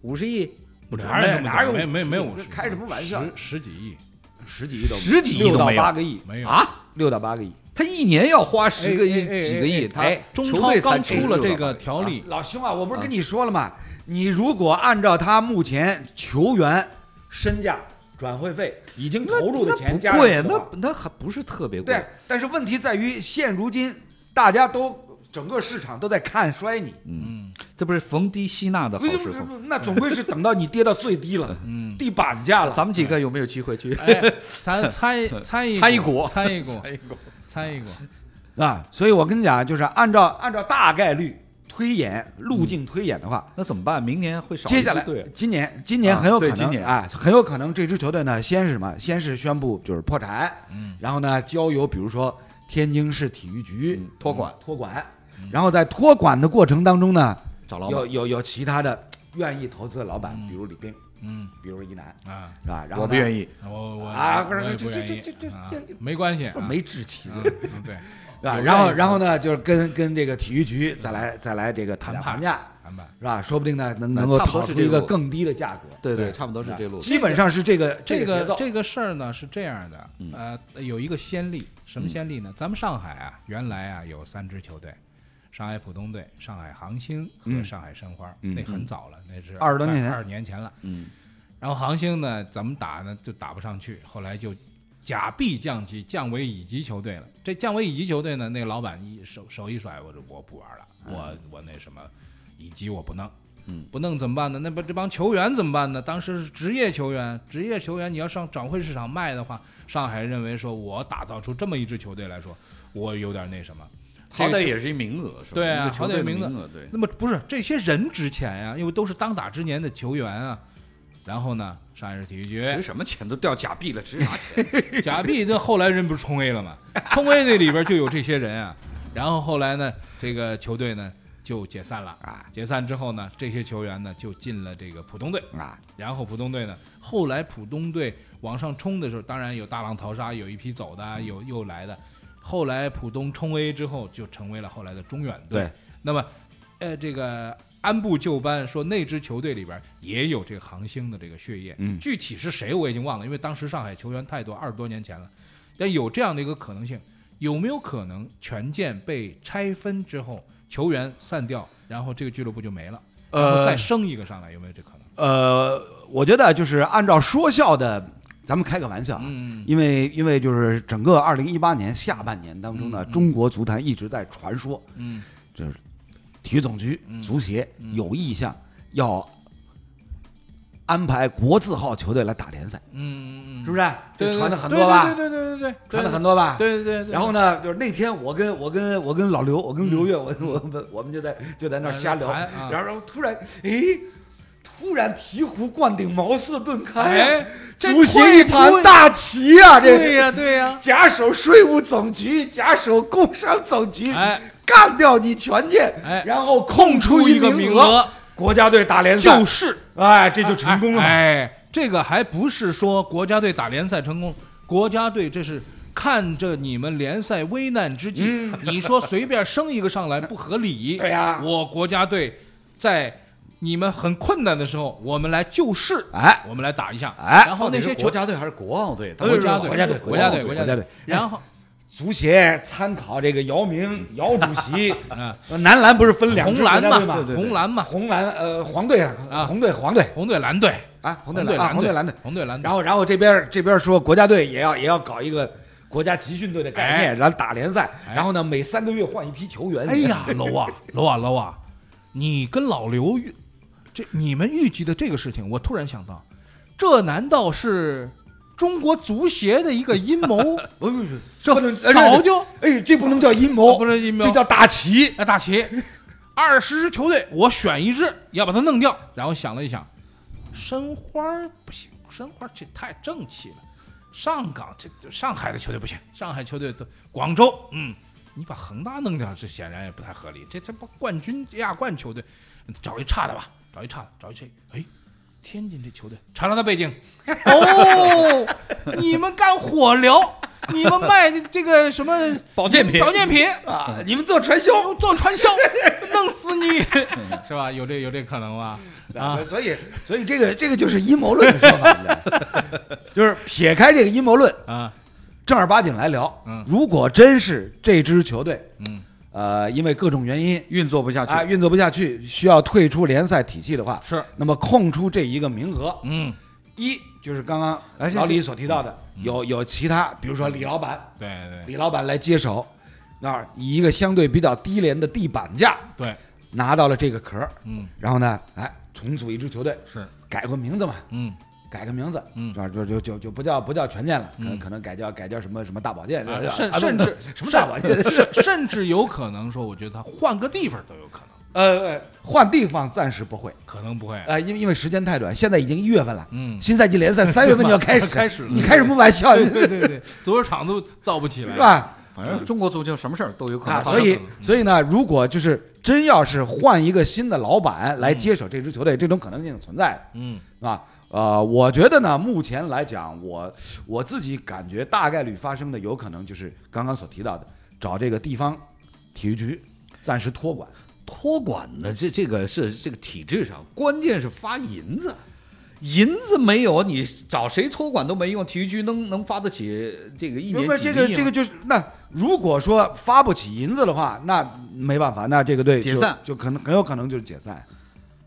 Speaker 6: 五十亿？
Speaker 4: 不止
Speaker 5: 哪有那么
Speaker 4: 哪有
Speaker 5: 多没没没有
Speaker 4: 五十亿开什么玩笑
Speaker 5: 十十几亿
Speaker 4: 十几亿都
Speaker 6: 十几亿
Speaker 4: 六
Speaker 6: 都
Speaker 4: 到
Speaker 6: 没有
Speaker 4: 八个亿，
Speaker 5: 没有？
Speaker 6: 啊？
Speaker 4: 六到八个亿。
Speaker 6: 他一年要花十个亿、
Speaker 5: 哎哎哎
Speaker 6: 几个亿，
Speaker 5: 哎
Speaker 6: 他
Speaker 4: 哎
Speaker 5: 中
Speaker 6: 球
Speaker 5: 超
Speaker 6: 队才
Speaker 5: 刚
Speaker 6: 值
Speaker 5: 出了
Speaker 6: 六
Speaker 5: 这
Speaker 6: 到八
Speaker 5: 个
Speaker 6: 亿
Speaker 5: 条 例，
Speaker 4: 老兄啊，我不是跟你说了吗？你如果按照他目前球员身价、转会费已经
Speaker 6: 那
Speaker 4: 投入的钱
Speaker 6: 那
Speaker 4: 加
Speaker 6: 不
Speaker 4: 上去
Speaker 6: 贵，啊
Speaker 4: 的
Speaker 6: 那
Speaker 4: 话
Speaker 6: 那还不是特别贵
Speaker 4: 对。，但是问题在于现如今大家都整个市场都在看衰你，
Speaker 5: 嗯
Speaker 6: 这不是逢低吸纳的好
Speaker 4: 不
Speaker 6: 时
Speaker 4: 不
Speaker 6: 候。
Speaker 4: 不那总归是等到你跌到最低了，
Speaker 5: 嗯。
Speaker 4: 地板价了。
Speaker 6: 咱们几个有没有机会去？
Speaker 5: 哎，咱参参一
Speaker 6: 参一股
Speaker 5: 参一股，参一股，
Speaker 4: 啊，所以我跟你讲，就是按照按照大概率推演路径推演的话，
Speaker 6: 那怎么办？明年会少一
Speaker 4: 接
Speaker 6: 支
Speaker 4: 下来
Speaker 6: 队
Speaker 4: 今年今年很有可
Speaker 6: 嗯啊对
Speaker 4: 能
Speaker 6: 今年
Speaker 4: 啊，很有可能这支球队呢，先是什么？先是宣布就是破产，
Speaker 5: 嗯
Speaker 4: 然后呢交由比如说天津市体育局
Speaker 6: 嗯托管
Speaker 4: 托管，然后在托管的过程当中呢，
Speaker 6: 找老
Speaker 4: 有
Speaker 6: 板，
Speaker 4: 有有其他的愿意投资的老板，比如李斌，
Speaker 5: 嗯
Speaker 4: 比如一楠，
Speaker 5: 啊，
Speaker 4: 是吧？然后
Speaker 6: 我不愿
Speaker 4: 意，
Speaker 6: 意。
Speaker 5: 我我
Speaker 4: 啊
Speaker 5: 我也
Speaker 4: 这
Speaker 5: 不
Speaker 4: 这
Speaker 5: 愿意
Speaker 4: 这这这
Speaker 5: 啊
Speaker 4: 这
Speaker 5: 没关系啊，
Speaker 4: 没志气
Speaker 5: 啊，嗯对，
Speaker 4: 啊。
Speaker 5: 有
Speaker 4: 然后
Speaker 5: 愿意
Speaker 4: 然后呢，就是跟跟这个体育局再来再来这个谈
Speaker 5: 谈判
Speaker 4: 判价，
Speaker 5: 谈吧，
Speaker 4: 是吧？说不定呢能
Speaker 6: 那
Speaker 4: 能够
Speaker 6: 差不多
Speaker 4: 讨
Speaker 6: 是
Speaker 4: 出
Speaker 6: 这
Speaker 4: 一个
Speaker 6: 路
Speaker 4: 更低的价格。
Speaker 6: 对对，
Speaker 5: 对
Speaker 6: 差不多是这路子。
Speaker 4: 基本上是这个
Speaker 5: 这
Speaker 4: 个节
Speaker 5: 个
Speaker 4: 奏，
Speaker 5: 这个事儿呢是这样的，
Speaker 6: 嗯
Speaker 5: 呃，有一个先例，
Speaker 4: 嗯
Speaker 5: 什么先例呢？咱们上海啊，原来啊有三支球队，上海浦东队、上海航星和
Speaker 4: 嗯
Speaker 5: 上海申花，
Speaker 4: 嗯
Speaker 5: 那很早了，那是
Speaker 4: 20多年前
Speaker 5: 二十年前了。
Speaker 6: 嗯，
Speaker 5: 然后航星呢，咱们打呢就打不上去，后来就假币降级，降为乙级球队了。这降为乙级球队呢，那个老板一手手一甩，我就我不玩了，
Speaker 4: 啊
Speaker 5: 我我那什么乙级我不弄。
Speaker 6: 嗯，
Speaker 5: 不弄怎么办呢？那不这帮球员怎么办呢？当时是职业球员，职业球员你要上转会市场卖的话，上海认为说我打造出这么一支球队来说，我有点那什么。
Speaker 6: 好
Speaker 5: 这个
Speaker 6: 歹也是一名额，是吧？
Speaker 5: 对啊
Speaker 6: 一个球队的
Speaker 5: 好歹有名额
Speaker 6: 额，对。
Speaker 5: 那么不是这些人值钱呀、因为都是当打之年的球员啊。然后呢，上海市体育局
Speaker 6: 值什么钱都掉假币了，值啥钱？
Speaker 5: 假币那后来人不是冲 A 了吗？冲 A 那里边就有这些人啊。然后后来呢，这个球队呢就解散了
Speaker 6: 啊。
Speaker 5: 解散之后呢，这些球员呢就进了这个浦东队。
Speaker 6: 啊，
Speaker 5: 然后浦东队呢，后来浦东队往上冲的时候，当然有大浪淘
Speaker 4: 嗯
Speaker 5: 沙，有一批走的，有又来的。后来浦东冲 A 之后，就成为了后来的中远队。
Speaker 6: 对
Speaker 5: 那么，呃，这个按部就班，说那支球队里边也有这个航星的这个血液。
Speaker 4: 嗯
Speaker 5: 具体是谁我已经忘了，因为当时上海球员太多，二十多年前了。但有这样的一个可能性，有没有可能权健被拆分之后，球员散掉，然后这个俱乐部就没了，然后
Speaker 4: 呃
Speaker 5: 再升一个上来，有没有这可能？
Speaker 4: 呃，我觉得就是按照说笑的，咱们开个玩笑啊，
Speaker 5: 嗯
Speaker 4: 因为因为就是整个二零一八年下半年当中呢，中国足坛一直在传说，
Speaker 5: 嗯
Speaker 4: 就是体育总局、足协有意向要安排国字号球队来打联赛，
Speaker 5: 嗯嗯嗯，
Speaker 4: 是不是？
Speaker 5: 对
Speaker 4: 这
Speaker 5: 对
Speaker 4: 传的很多吧，
Speaker 5: 对对对对对，
Speaker 4: 传的很多吧，
Speaker 5: 对，对对对。
Speaker 4: 然后呢，就是那天我跟我跟我跟老刘，我跟刘越，我我们我们就在就在那儿瞎聊，
Speaker 5: 哎那盘啊
Speaker 4: 然后然后突然，哎，突然醍醐灌顶，茅塞顿开、啊
Speaker 5: 哎，，这
Speaker 4: 足协一盘大棋啊，
Speaker 5: 对
Speaker 4: 这
Speaker 5: 呀对呀，
Speaker 4: 假手税务总局，假手工商总局，
Speaker 5: 哎
Speaker 4: 干掉你权健，
Speaker 5: 哎
Speaker 4: 然后空出一
Speaker 5: 个
Speaker 4: 名
Speaker 5: 额，
Speaker 4: 国家队打联赛，
Speaker 5: 就是
Speaker 4: 哎，这就成功了嘛。
Speaker 5: 哎，这个还不是说国家队打联赛成功，国家队这是。看着你们联赛危难之际， 你说随便升一个上来不合理。
Speaker 4: 嗯对呀
Speaker 5: 我国家队在你们很困难的时候，我们来救市，
Speaker 6: 哎
Speaker 5: 我们来打一下，
Speaker 6: 哎，
Speaker 5: 然后那些球
Speaker 6: 国家队还是国奥队？
Speaker 5: 国家队、
Speaker 6: 队，国家队，
Speaker 5: 国家队、
Speaker 6: 国
Speaker 5: 国
Speaker 6: 家
Speaker 5: 家
Speaker 6: 队。
Speaker 5: 队，然后
Speaker 4: 足协参考这个姚明、姚主席，
Speaker 5: 嗯 啊，
Speaker 4: 男篮不是分两
Speaker 5: 红
Speaker 4: 支
Speaker 5: 蓝
Speaker 4: 国家队吗
Speaker 5: 嘛，红蓝嘛，
Speaker 4: 红蓝呃黄队啊
Speaker 5: 啊
Speaker 4: 红队黄队
Speaker 5: 红队蓝队，
Speaker 4: 啊
Speaker 5: 红
Speaker 4: 红队
Speaker 5: 队
Speaker 4: 蓝啊
Speaker 5: 蓝
Speaker 4: 红队蓝队，
Speaker 5: 红队蓝队
Speaker 4: 然，后然后这边这边说国家队也要也要搞一个国家集训队的概念，然后打联赛，
Speaker 5: 哎
Speaker 4: 然后呢每三个月换一批球员。
Speaker 5: 哎呀，楼啊，楼啊，楼啊，你跟老刘预这你们预计的这个事情，我突然想到，这难道是中国足协的一个阴 谋？
Speaker 4: 哎呦，
Speaker 5: 这
Speaker 4: 不能
Speaker 5: 早就哦
Speaker 4: 哎这不能叫阴谋，
Speaker 5: 呃不是阴谋
Speaker 4: 这叫大旗。
Speaker 5: 哎，大齐，二十支球队，我选一支要把它弄掉。然后想了一想，申花儿不行，申花儿这太正气了。上港这这上海的球队不行，上海球队都广州，嗯，你把恒大弄掉，这显然也不太合理。这这不冠军亚冠球队，找一差的吧，找一差的，找一这，哎，天津这球队查查他背 景。哦，你们干火疗，你们卖这个什么
Speaker 6: 保健品
Speaker 5: 保健品
Speaker 4: 啊！你们做传销，
Speaker 5: 做传 销，弄死你， 是吧？有这有这可能吧？啊，
Speaker 4: 所以所以这个这个就是阴谋论的说法，你知道吗就是撇开这个阴谋论，
Speaker 5: 啊，
Speaker 4: 正儿八经来聊。
Speaker 5: 嗯
Speaker 4: 如果真是这支球队，
Speaker 5: 嗯，
Speaker 4: 呃，因为各种原因
Speaker 6: 运作不下去
Speaker 4: 啊，运作不下去，需要退出联赛体系的话，
Speaker 5: 是，
Speaker 4: 那么空出这一个名额，
Speaker 5: 嗯，
Speaker 4: 一就是刚刚
Speaker 6: 哎这
Speaker 4: 老李所提到的，有有其他，比如说李老板，
Speaker 5: 对嗯对
Speaker 4: 李老板来接手，那儿以一个相对比较低廉的地板价
Speaker 5: 对，
Speaker 4: 拿到了这个壳儿，
Speaker 5: 嗯
Speaker 4: 然后呢，哎，重组一支球队，
Speaker 5: 是，
Speaker 4: 改个名字嘛，
Speaker 5: 嗯
Speaker 4: 改个名字，
Speaker 5: 嗯
Speaker 4: 是吧？就就就就不叫不叫权健了，可能
Speaker 5: 嗯
Speaker 4: 可能改叫改叫什么什么大保健，
Speaker 6: 哎
Speaker 5: 啊
Speaker 4: 是吧
Speaker 5: 甚
Speaker 4: 啊不
Speaker 5: 甚至
Speaker 4: 什么大保健，
Speaker 5: 甚甚至有可能说，我觉得他换个地方都有可能，
Speaker 4: 呃，呃换地方暂时不会，
Speaker 5: 可能不会，
Speaker 4: 呃，因为因为时间太短，现在已经一月份了，
Speaker 5: 嗯，
Speaker 4: 新赛季联赛三月份就要开始，
Speaker 5: 开始了
Speaker 4: 你开什么玩笑？对对对，
Speaker 5: 足球场都造不起来，
Speaker 4: 是？吧？
Speaker 6: 反正中国足球什么事儿都有可
Speaker 4: 啊，
Speaker 6: 能发
Speaker 4: 所
Speaker 6: 生。嗯
Speaker 4: 以所以呢，如果就是真要是换一个新的老板来接手这支球队，这种可能性存在的，
Speaker 5: 嗯
Speaker 4: 是吧？呃，我觉得呢，目前来讲，我我自己感觉大概率发生的有可能就是刚刚所提到的，找这个地方体育局暂时托管。
Speaker 6: 托管的这这个是这个体制上，关键是发银子，银子没有，你找谁托管都没用。体育局能能发得起这个一年
Speaker 4: 不是
Speaker 6: 几啊
Speaker 4: 这个
Speaker 6: 亿吗
Speaker 4: 这个就是那如果说发不起银子的话，那没办法，那这个队就
Speaker 6: 解散
Speaker 4: 就可能很有可能就是解散。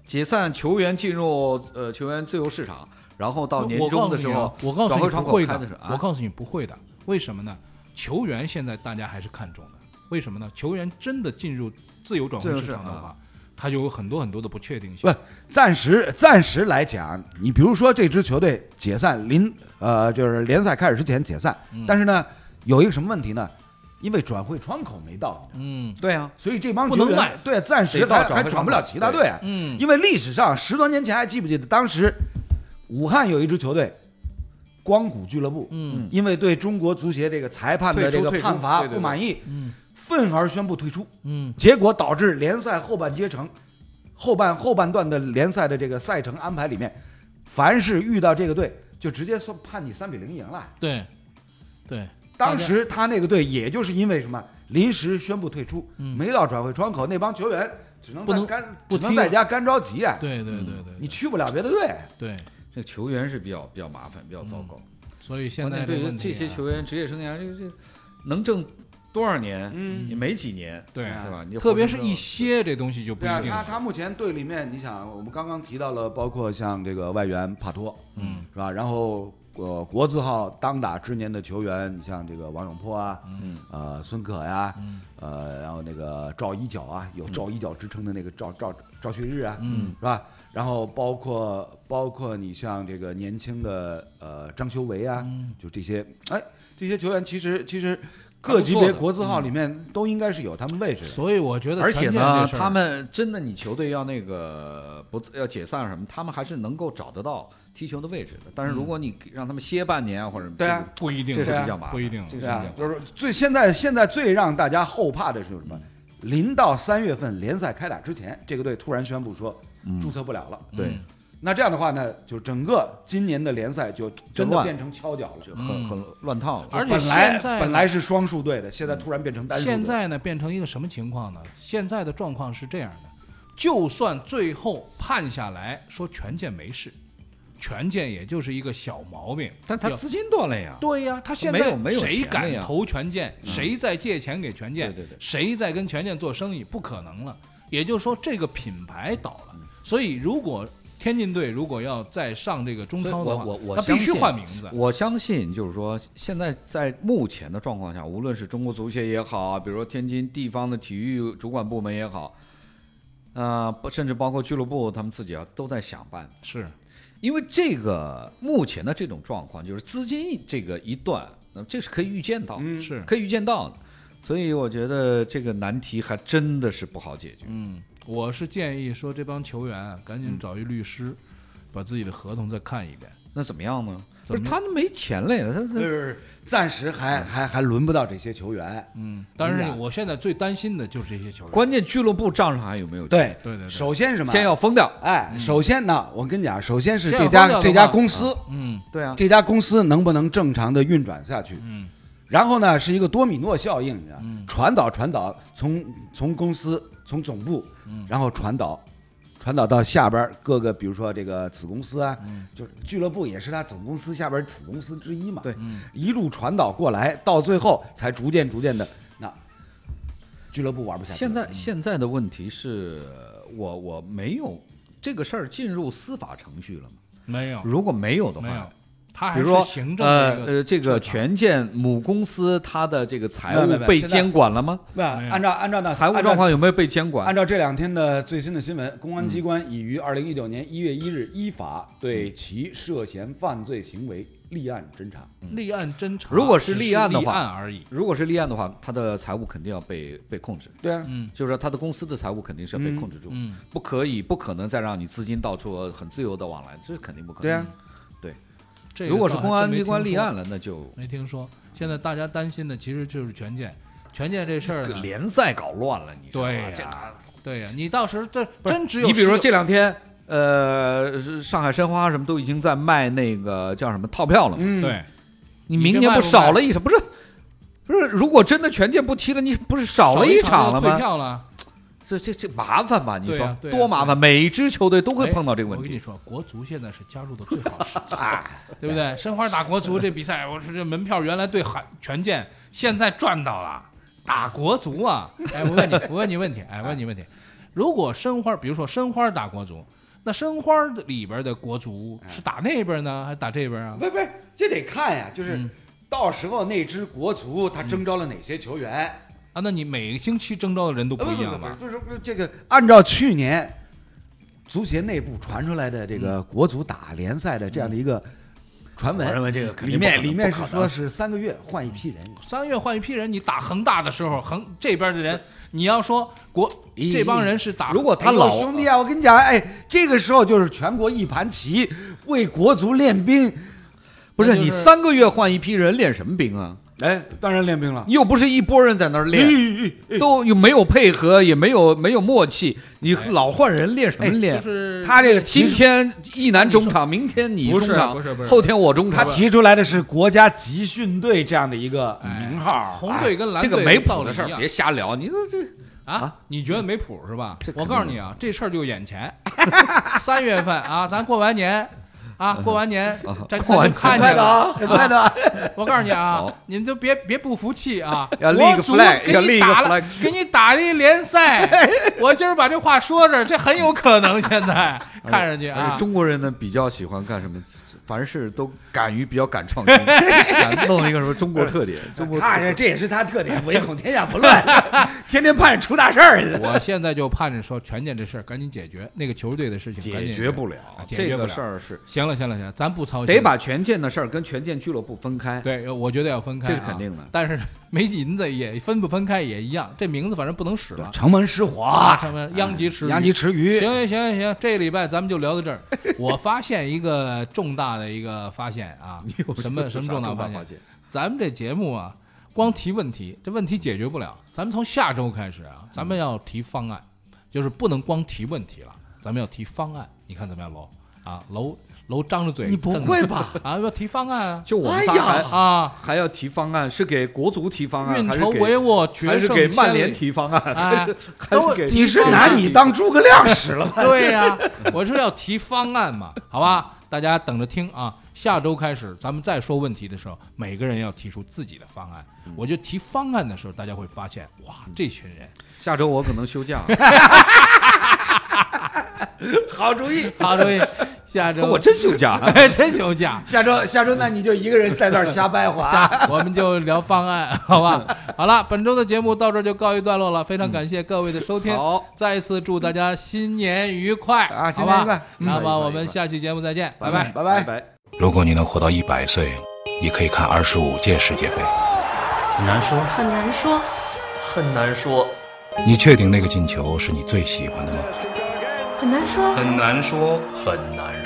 Speaker 6: 解散球员进入呃球员自由市场，然后到年终的时候，
Speaker 5: 我告诉
Speaker 6: 转
Speaker 5: 你啊，
Speaker 6: 会窗
Speaker 5: 我告诉你不
Speaker 6: 口
Speaker 5: 会
Speaker 6: 开的时
Speaker 5: 的
Speaker 6: 候，，啊
Speaker 5: 我告诉你不会的，为什么呢？球员现在大家还是看重的，为什么呢？球员真的进入自由转
Speaker 6: 自
Speaker 5: 会
Speaker 6: 由
Speaker 5: 市
Speaker 6: 市
Speaker 5: 场的
Speaker 6: 场啊
Speaker 5: 话，他就有很多很多的不确定性
Speaker 4: 不。，暂时暂时来讲，你比如说这支球队解散临呃就是联赛开始之前解散，
Speaker 6: 嗯
Speaker 4: 但是呢有一个什么问题呢？因为转会窗口没到，
Speaker 5: 嗯
Speaker 6: 对啊，
Speaker 4: 所以这帮
Speaker 5: 不
Speaker 4: 球
Speaker 5: 能
Speaker 4: 员
Speaker 5: 卖
Speaker 4: 对暂时
Speaker 6: 得到
Speaker 4: 还
Speaker 6: 转
Speaker 4: 还
Speaker 6: 会
Speaker 4: 转
Speaker 6: 窗
Speaker 4: 不了
Speaker 6: 口
Speaker 4: 其他
Speaker 6: 对
Speaker 4: 队啊。
Speaker 5: 嗯，
Speaker 4: 因为历史上十多年前还记不记得当时武汉有一支球队光谷俱乐部，
Speaker 5: 嗯，
Speaker 4: 因为对中国足协这个裁判的
Speaker 6: 退
Speaker 4: 这
Speaker 6: 出
Speaker 4: 个
Speaker 6: 退出
Speaker 4: 判罚
Speaker 6: 对对对
Speaker 4: 不满意，
Speaker 5: 嗯
Speaker 4: 愤而宣布退出，
Speaker 5: 嗯
Speaker 4: 结果导致联赛后半阶程后半后半段的联赛的这个赛程安排里面，凡是遇到这个队就直接算判你三比零赢了。
Speaker 5: 对，对，
Speaker 4: 当时他那个队也就是因为什么临时宣布退出，
Speaker 5: 嗯
Speaker 4: 没到转会窗口，那帮球员只能
Speaker 5: 不
Speaker 4: 在
Speaker 5: 能
Speaker 4: 干
Speaker 5: 不
Speaker 4: 只能
Speaker 5: 踢
Speaker 4: 在
Speaker 5: 了
Speaker 4: 家干着急啊，
Speaker 5: 对对对
Speaker 6: 嗯
Speaker 5: 对，
Speaker 4: 你去不了别的队。
Speaker 5: 对，
Speaker 6: 这球员是比较比较麻烦，比较糟糕。
Speaker 5: 所以嗯现
Speaker 6: 关
Speaker 5: 在
Speaker 6: 键
Speaker 5: 这
Speaker 6: 对
Speaker 5: 个
Speaker 6: 于
Speaker 5: 问题
Speaker 6: 这
Speaker 5: 啊
Speaker 6: 些球员职业生涯，这这能挣多少年？
Speaker 4: 嗯
Speaker 6: 也没几年，
Speaker 5: 对啊
Speaker 6: 是吧？你
Speaker 5: 特别是一些这东西就不
Speaker 4: 对
Speaker 5: 一
Speaker 4: 啊，
Speaker 5: 定
Speaker 4: 他
Speaker 5: 了。
Speaker 4: 他目前队里面，你想，我们刚刚提到了，包括像这个外援帕托，
Speaker 5: 嗯，
Speaker 4: 是吧？然后呃，国字号当打之年的球员，你像这个王永珀啊，
Speaker 6: 嗯，
Speaker 4: 呃，孙可呀，
Speaker 5: 嗯
Speaker 4: 呃，然后那个赵一角啊，有赵一角之称的那个赵赵赵旭日啊，
Speaker 5: 嗯，
Speaker 4: 是吧？然后包括包括你像这个年轻的呃张修为啊，
Speaker 5: 嗯
Speaker 4: 就这些，哎，这些球员其实其实各级
Speaker 6: 还不错
Speaker 4: 别
Speaker 6: 的
Speaker 4: 国字号里面都应该是有他们位置
Speaker 5: 嗯
Speaker 4: 的。
Speaker 5: 所以我觉得，
Speaker 6: 而且呢，他们真的你球队要那个不要解散什么，他们还是能够找得到踢球的位置的。但是如
Speaker 5: 嗯
Speaker 6: 果你让他们歇半年啊或者
Speaker 4: 对啊，
Speaker 5: 不一定，
Speaker 6: 这是
Speaker 4: 对啊
Speaker 6: 比较麻烦，
Speaker 5: 不一定
Speaker 6: 这是比
Speaker 4: 对
Speaker 6: 较麻
Speaker 4: 啊
Speaker 6: 烦，。
Speaker 4: 就是最现在现在最让大家后怕的是什么？临到三月份联赛开打之前，这个队突然宣布说注册不了了。
Speaker 6: 对，
Speaker 4: 那这样的话呢，就整个今年的联赛就真的
Speaker 6: 乱
Speaker 4: 变成敲脚了。
Speaker 6: 就
Speaker 5: 嗯
Speaker 6: 很很乱套了。
Speaker 5: 而且
Speaker 4: 本来
Speaker 5: 现在
Speaker 4: 本来是双数队的，现在突然变成单数队。
Speaker 5: 现在呢变成一个什么情况呢？现在的状况是这样的，就算最后判下来说权健没事，权健也就是一个小毛病，
Speaker 6: 但他
Speaker 5: 要
Speaker 6: 资金断了呀。
Speaker 5: 对呀、他现
Speaker 6: 啊没
Speaker 5: 在
Speaker 6: 有没有
Speaker 5: 谁
Speaker 6: 钱了
Speaker 5: 敢
Speaker 6: 呀嗯
Speaker 5: 投权健？谁在借钱给权健？
Speaker 6: 对对对
Speaker 5: 谁在跟权健做生意？不可能了。也就是说，这个品牌倒了。
Speaker 6: 嗯
Speaker 5: 所以，如果天津队如果要再上这个中
Speaker 6: 所以
Speaker 5: 超
Speaker 6: 我
Speaker 5: 的话，
Speaker 6: 我我
Speaker 5: 他必须
Speaker 6: 相信
Speaker 5: 换名字。
Speaker 6: 我相信就是说，现在在目前的状况下，无论是中国足协也好，比如说天津地方的体育主管部门也好，呃，不甚至包括俱乐部他们自己啊，都在想办法。
Speaker 5: 是
Speaker 6: 因为这个目前的这种状况，就是资金这个一断，那么这是可以预见到的，
Speaker 5: 是，
Speaker 6: 可以预见到的。所以我觉得这个难题还真的是不好解决。
Speaker 5: 嗯，我是建议说，这帮球员啊，赶
Speaker 6: 嗯
Speaker 5: 紧找一律师，把自己的合同再看一遍。
Speaker 6: 那怎么样呢？不
Speaker 5: 怎
Speaker 6: 是
Speaker 5: 么
Speaker 6: 他没钱了呀，他
Speaker 4: 不
Speaker 6: 他
Speaker 4: 是不是，暂时还还还轮不到这些球员。
Speaker 5: 嗯，但是
Speaker 4: 明白
Speaker 5: 我现在最担心的就是这些球员。
Speaker 6: 哎关键俱乐部账上还有没有钱？
Speaker 4: 对
Speaker 5: 对对对
Speaker 4: 首先是什么？
Speaker 6: 先要封掉。
Speaker 4: 哎，首先呢，我跟你讲，首先是
Speaker 5: 先要
Speaker 4: 这
Speaker 5: 关掉
Speaker 4: 家
Speaker 5: 的
Speaker 4: 这家
Speaker 5: 话
Speaker 4: 公司，
Speaker 5: 嗯
Speaker 6: 对啊，
Speaker 4: 这家公司能不能正常的运转下去？
Speaker 5: 嗯，
Speaker 4: 然后呢，是一个多米诺效应，你知道，传导传导，从从公司从总部，
Speaker 5: 嗯
Speaker 4: 然后传导，传导到下边儿各个，比如说这个子公司啊，
Speaker 5: 嗯
Speaker 4: 就是俱乐部也是他总公司下边儿子公司之一嘛，嗯
Speaker 6: 对，
Speaker 4: 一路传导过来，到最后才逐渐逐渐的，那俱乐部玩不下去了。
Speaker 6: 现
Speaker 4: 嗯
Speaker 6: 在现在的问题是我我没有这个事儿进入司法程序了吗？
Speaker 5: 没有
Speaker 6: 如果没有的
Speaker 5: 没有
Speaker 6: 话，，
Speaker 5: 他还
Speaker 6: 比
Speaker 5: 是
Speaker 6: 如说
Speaker 5: 行政
Speaker 6: 呃
Speaker 5: 的一个
Speaker 6: 呃，这个
Speaker 5: 处罚
Speaker 6: 权健母公司它的这个财
Speaker 4: 没有没
Speaker 6: 务
Speaker 4: 有没有
Speaker 6: 被
Speaker 4: 现在
Speaker 6: 监管了吗？
Speaker 4: 那
Speaker 5: 没有
Speaker 4: 按照按照那
Speaker 6: 财务
Speaker 4: 按照
Speaker 6: 状况有没有被监管
Speaker 4: 按？照这两天的最新的新闻，公安机
Speaker 6: 嗯
Speaker 4: 关已于二零一九年一月一日依法对其涉嫌犯罪行为立案侦查。
Speaker 5: 立案侦查，
Speaker 6: 如果是立案的
Speaker 5: 只是立
Speaker 6: 话
Speaker 5: 案而已。
Speaker 6: 如果是立案的话，它的财务肯定要被被控制，
Speaker 4: 对啊，
Speaker 5: 嗯
Speaker 6: 就是说它的公司的财务肯定是要被控制住，
Speaker 5: 嗯，
Speaker 6: 不可以不可能再让你资金到处很自由的往来，这是肯定不可能。
Speaker 4: 对啊，
Speaker 5: 啊这个
Speaker 6: 如果是
Speaker 5: 倒还
Speaker 6: 公安
Speaker 5: 真没
Speaker 6: 机关
Speaker 5: 听
Speaker 6: 立
Speaker 5: 说
Speaker 6: 案了，那就
Speaker 5: 没听说。现在大家担心的其实就是权健，权健这事儿呢，
Speaker 6: 联赛搞乱了，你知道吗？
Speaker 5: 对呀
Speaker 6: 这哪
Speaker 5: 对呀，你到时候这
Speaker 6: 不是
Speaker 5: 真只有
Speaker 6: 你比如说
Speaker 5: 十个
Speaker 6: 这两天，呃，是上海申花什么都已经在卖那个叫什么套票了嘛，
Speaker 4: 嗯，
Speaker 5: 对，
Speaker 6: 你
Speaker 5: 你
Speaker 6: 明
Speaker 5: 这
Speaker 6: 年
Speaker 5: 卖
Speaker 6: 不
Speaker 5: 不
Speaker 6: 少
Speaker 5: 卖
Speaker 6: 了一场？不是，不是，如果真的权健不踢了，你不是少了
Speaker 5: 一
Speaker 6: 场了
Speaker 5: 就退
Speaker 6: 吗？
Speaker 5: 票了，
Speaker 6: 这这这麻烦吧？你
Speaker 5: 对啊
Speaker 6: 说、
Speaker 5: 呀对呀
Speaker 6: 多麻烦，每支球队都会碰到这个
Speaker 5: 哎
Speaker 6: 问
Speaker 5: 我跟你
Speaker 6: 题。哎
Speaker 5: 说，国足现在是加入的最好时 机，对不对？申花打国足这比赛，我说这门票原来对韩权健，现在赚到了，打国足啊！哎，我问你，我问你问题，哎，问你问题，如果申花，比如说申花打国足，那申花里边的国足是打那边呢，还是打这边啊？
Speaker 4: 不不，这得看呀，就是
Speaker 6: 嗯
Speaker 4: 到时候那支国足他征召了哪些球员。
Speaker 5: 啊，那你每个星期征召的人都
Speaker 4: 呃
Speaker 5: 不一样
Speaker 4: 不
Speaker 5: 吧？
Speaker 4: 不不不，就是这个按照去年足协内部传出来的这个国足打联赛的这样的一个传
Speaker 6: 嗯
Speaker 4: 闻，
Speaker 6: 我认为这个肯
Speaker 4: 里
Speaker 6: 定不可
Speaker 4: 面
Speaker 6: 能
Speaker 4: 里面
Speaker 6: 不
Speaker 4: 是
Speaker 6: 可
Speaker 4: 说
Speaker 6: 能
Speaker 4: 是三个月换一批人，
Speaker 5: 三月换一批人，你打恒大的时候，恒这边的人，你要说国
Speaker 4: 咦
Speaker 5: 这帮人是打，
Speaker 6: 如果他
Speaker 4: 哎呦
Speaker 6: 老
Speaker 4: 兄弟啊，我跟你讲，哎，这个时候就是全国一盘棋，为国足练兵。
Speaker 6: 不是
Speaker 5: 那就
Speaker 6: 你
Speaker 5: 是
Speaker 6: 三个月换一批人练什么兵啊？
Speaker 4: 哎，当然练兵了。哎
Speaker 6: 又不是一拨人在那儿练，都又没有配合，也没有没有默契，你老换人练什么
Speaker 4: 哎
Speaker 6: 练？
Speaker 5: 就是
Speaker 4: 他这个
Speaker 6: 今
Speaker 4: 提出
Speaker 6: 天一男中场，明天你
Speaker 5: 不
Speaker 6: 中
Speaker 5: 是
Speaker 6: 场
Speaker 5: 不是不，是
Speaker 6: 后天我中
Speaker 4: 他
Speaker 6: 场，
Speaker 4: 提出来的是国家集训队这样的一个哎名号，
Speaker 5: 红队跟蓝
Speaker 6: 啊这
Speaker 5: 队
Speaker 6: 个没
Speaker 5: 道
Speaker 6: 谱
Speaker 5: 理一
Speaker 6: 的事儿
Speaker 5: 样
Speaker 6: 别瞎聊。你说这
Speaker 5: 啊，你觉得没谱是吧
Speaker 6: 这？肯
Speaker 5: 我
Speaker 6: 定
Speaker 5: 告诉你啊，这事儿就眼前， 三月份啊，咱过完年啊，过完 年咱
Speaker 6: 嗯哦过
Speaker 5: 咱
Speaker 6: 完
Speaker 5: 就看
Speaker 6: 年
Speaker 5: 见了。
Speaker 4: 很快的 啊。
Speaker 5: 我告诉你啊
Speaker 6: 好，
Speaker 5: 你们都别别不服气啊！
Speaker 6: 要立一个
Speaker 5: 国足
Speaker 6: flag，
Speaker 5: 给
Speaker 6: 要立
Speaker 5: 你
Speaker 6: 一个
Speaker 5: 打了
Speaker 6: flag，
Speaker 5: 给你打了一联 赛。我今儿把这话说这儿，这很有可能现 在看上去
Speaker 6: 而
Speaker 5: 啊
Speaker 6: 哎且，中国人呢比较喜欢干什么？凡事都敢于比较敢创新，敢弄一个什么中国 特点。中国特
Speaker 4: 他这也是他特点，唯恐天下不 乱，天天盼着出大事儿 去。
Speaker 5: 我现在就盼着说权健这事儿赶紧解决，那个球队的事情赶紧
Speaker 6: 解决不了
Speaker 5: 啊解
Speaker 6: 这
Speaker 5: 决不
Speaker 6: 个
Speaker 5: 了
Speaker 6: 事。儿是
Speaker 5: 行了行了行了，咱不操心，
Speaker 6: 得把权健的事儿跟权健俱乐部分开。
Speaker 5: 对，我觉得要分开、啊，
Speaker 6: 这是肯定的
Speaker 5: 但是没银子也分不分开也一样，这名字反正不能使了。
Speaker 4: 城门失火，
Speaker 5: 上面殃及
Speaker 6: 哎
Speaker 5: 池鱼。
Speaker 4: 殃及池鱼
Speaker 5: 行。行行行，这礼拜咱们就聊到这儿。我发现一个重大的一个发现 啊，什么什么重大
Speaker 6: 大
Speaker 5: 现？
Speaker 6: 现？
Speaker 5: 咱们这节目啊，光提问题，这问题解决不了。咱们从下周开始啊，咱们要提方案，就是不能光提问题了，咱们要提方案。你看怎么样，楼啊，楼楼张着嘴瞪着，
Speaker 6: 你不会吧？
Speaker 5: 啊？要提方案啊
Speaker 6: 就我们仨
Speaker 5: 哎呀
Speaker 6: 还、
Speaker 5: 啊！
Speaker 6: 还要提方案，是给国足提方案，
Speaker 5: 运
Speaker 6: 还是
Speaker 5: 筹帷
Speaker 6: 给
Speaker 5: 幄，决
Speaker 6: 还是
Speaker 5: 胜
Speaker 6: 给
Speaker 5: 千
Speaker 6: 曼联
Speaker 5: 里
Speaker 6: 提方案，
Speaker 5: 哎
Speaker 6: 还是还
Speaker 5: 等会
Speaker 6: 是
Speaker 5: 儿
Speaker 6: 给
Speaker 4: 你是拿你当诸葛亮使了吧？
Speaker 5: 对呀、我是要提方案嘛，好吧，大家等着听啊。下周开始，咱们再说问题的时候，每个人要提出自己的方案。
Speaker 6: 嗯
Speaker 5: 我就提方案的时候，大家会发现，哇，这群人
Speaker 6: 下周我可能休假啊，
Speaker 5: 好主 意，好主意。下周
Speaker 6: 我真休假。
Speaker 5: 哎真休假，
Speaker 4: 下周下周那你就一个人在那儿瞎掰
Speaker 6: 啊
Speaker 4: 啊滑。
Speaker 5: 下我们就聊方案，好吧？好了，本周的节目到这儿就告一段落了，非常感谢各位的收听，
Speaker 6: 嗯好，
Speaker 5: 再次祝大家新年愉快
Speaker 6: 啊
Speaker 5: 好
Speaker 6: 新年愉快
Speaker 5: 吧
Speaker 6: 嗯
Speaker 5: 那
Speaker 6: 愉快
Speaker 5: 么我
Speaker 6: 愉
Speaker 5: 们
Speaker 6: 快
Speaker 5: 下期节目再见，拜拜。
Speaker 6: 拜拜拜。
Speaker 1: 如果你能活到一百岁，你可以看二十五届世界杯。
Speaker 2: 很难说，
Speaker 3: 很难说，
Speaker 2: 很难说，
Speaker 1: 你确定那个进球是你最喜欢的吗？
Speaker 3: 很难说，
Speaker 2: 很难说，很难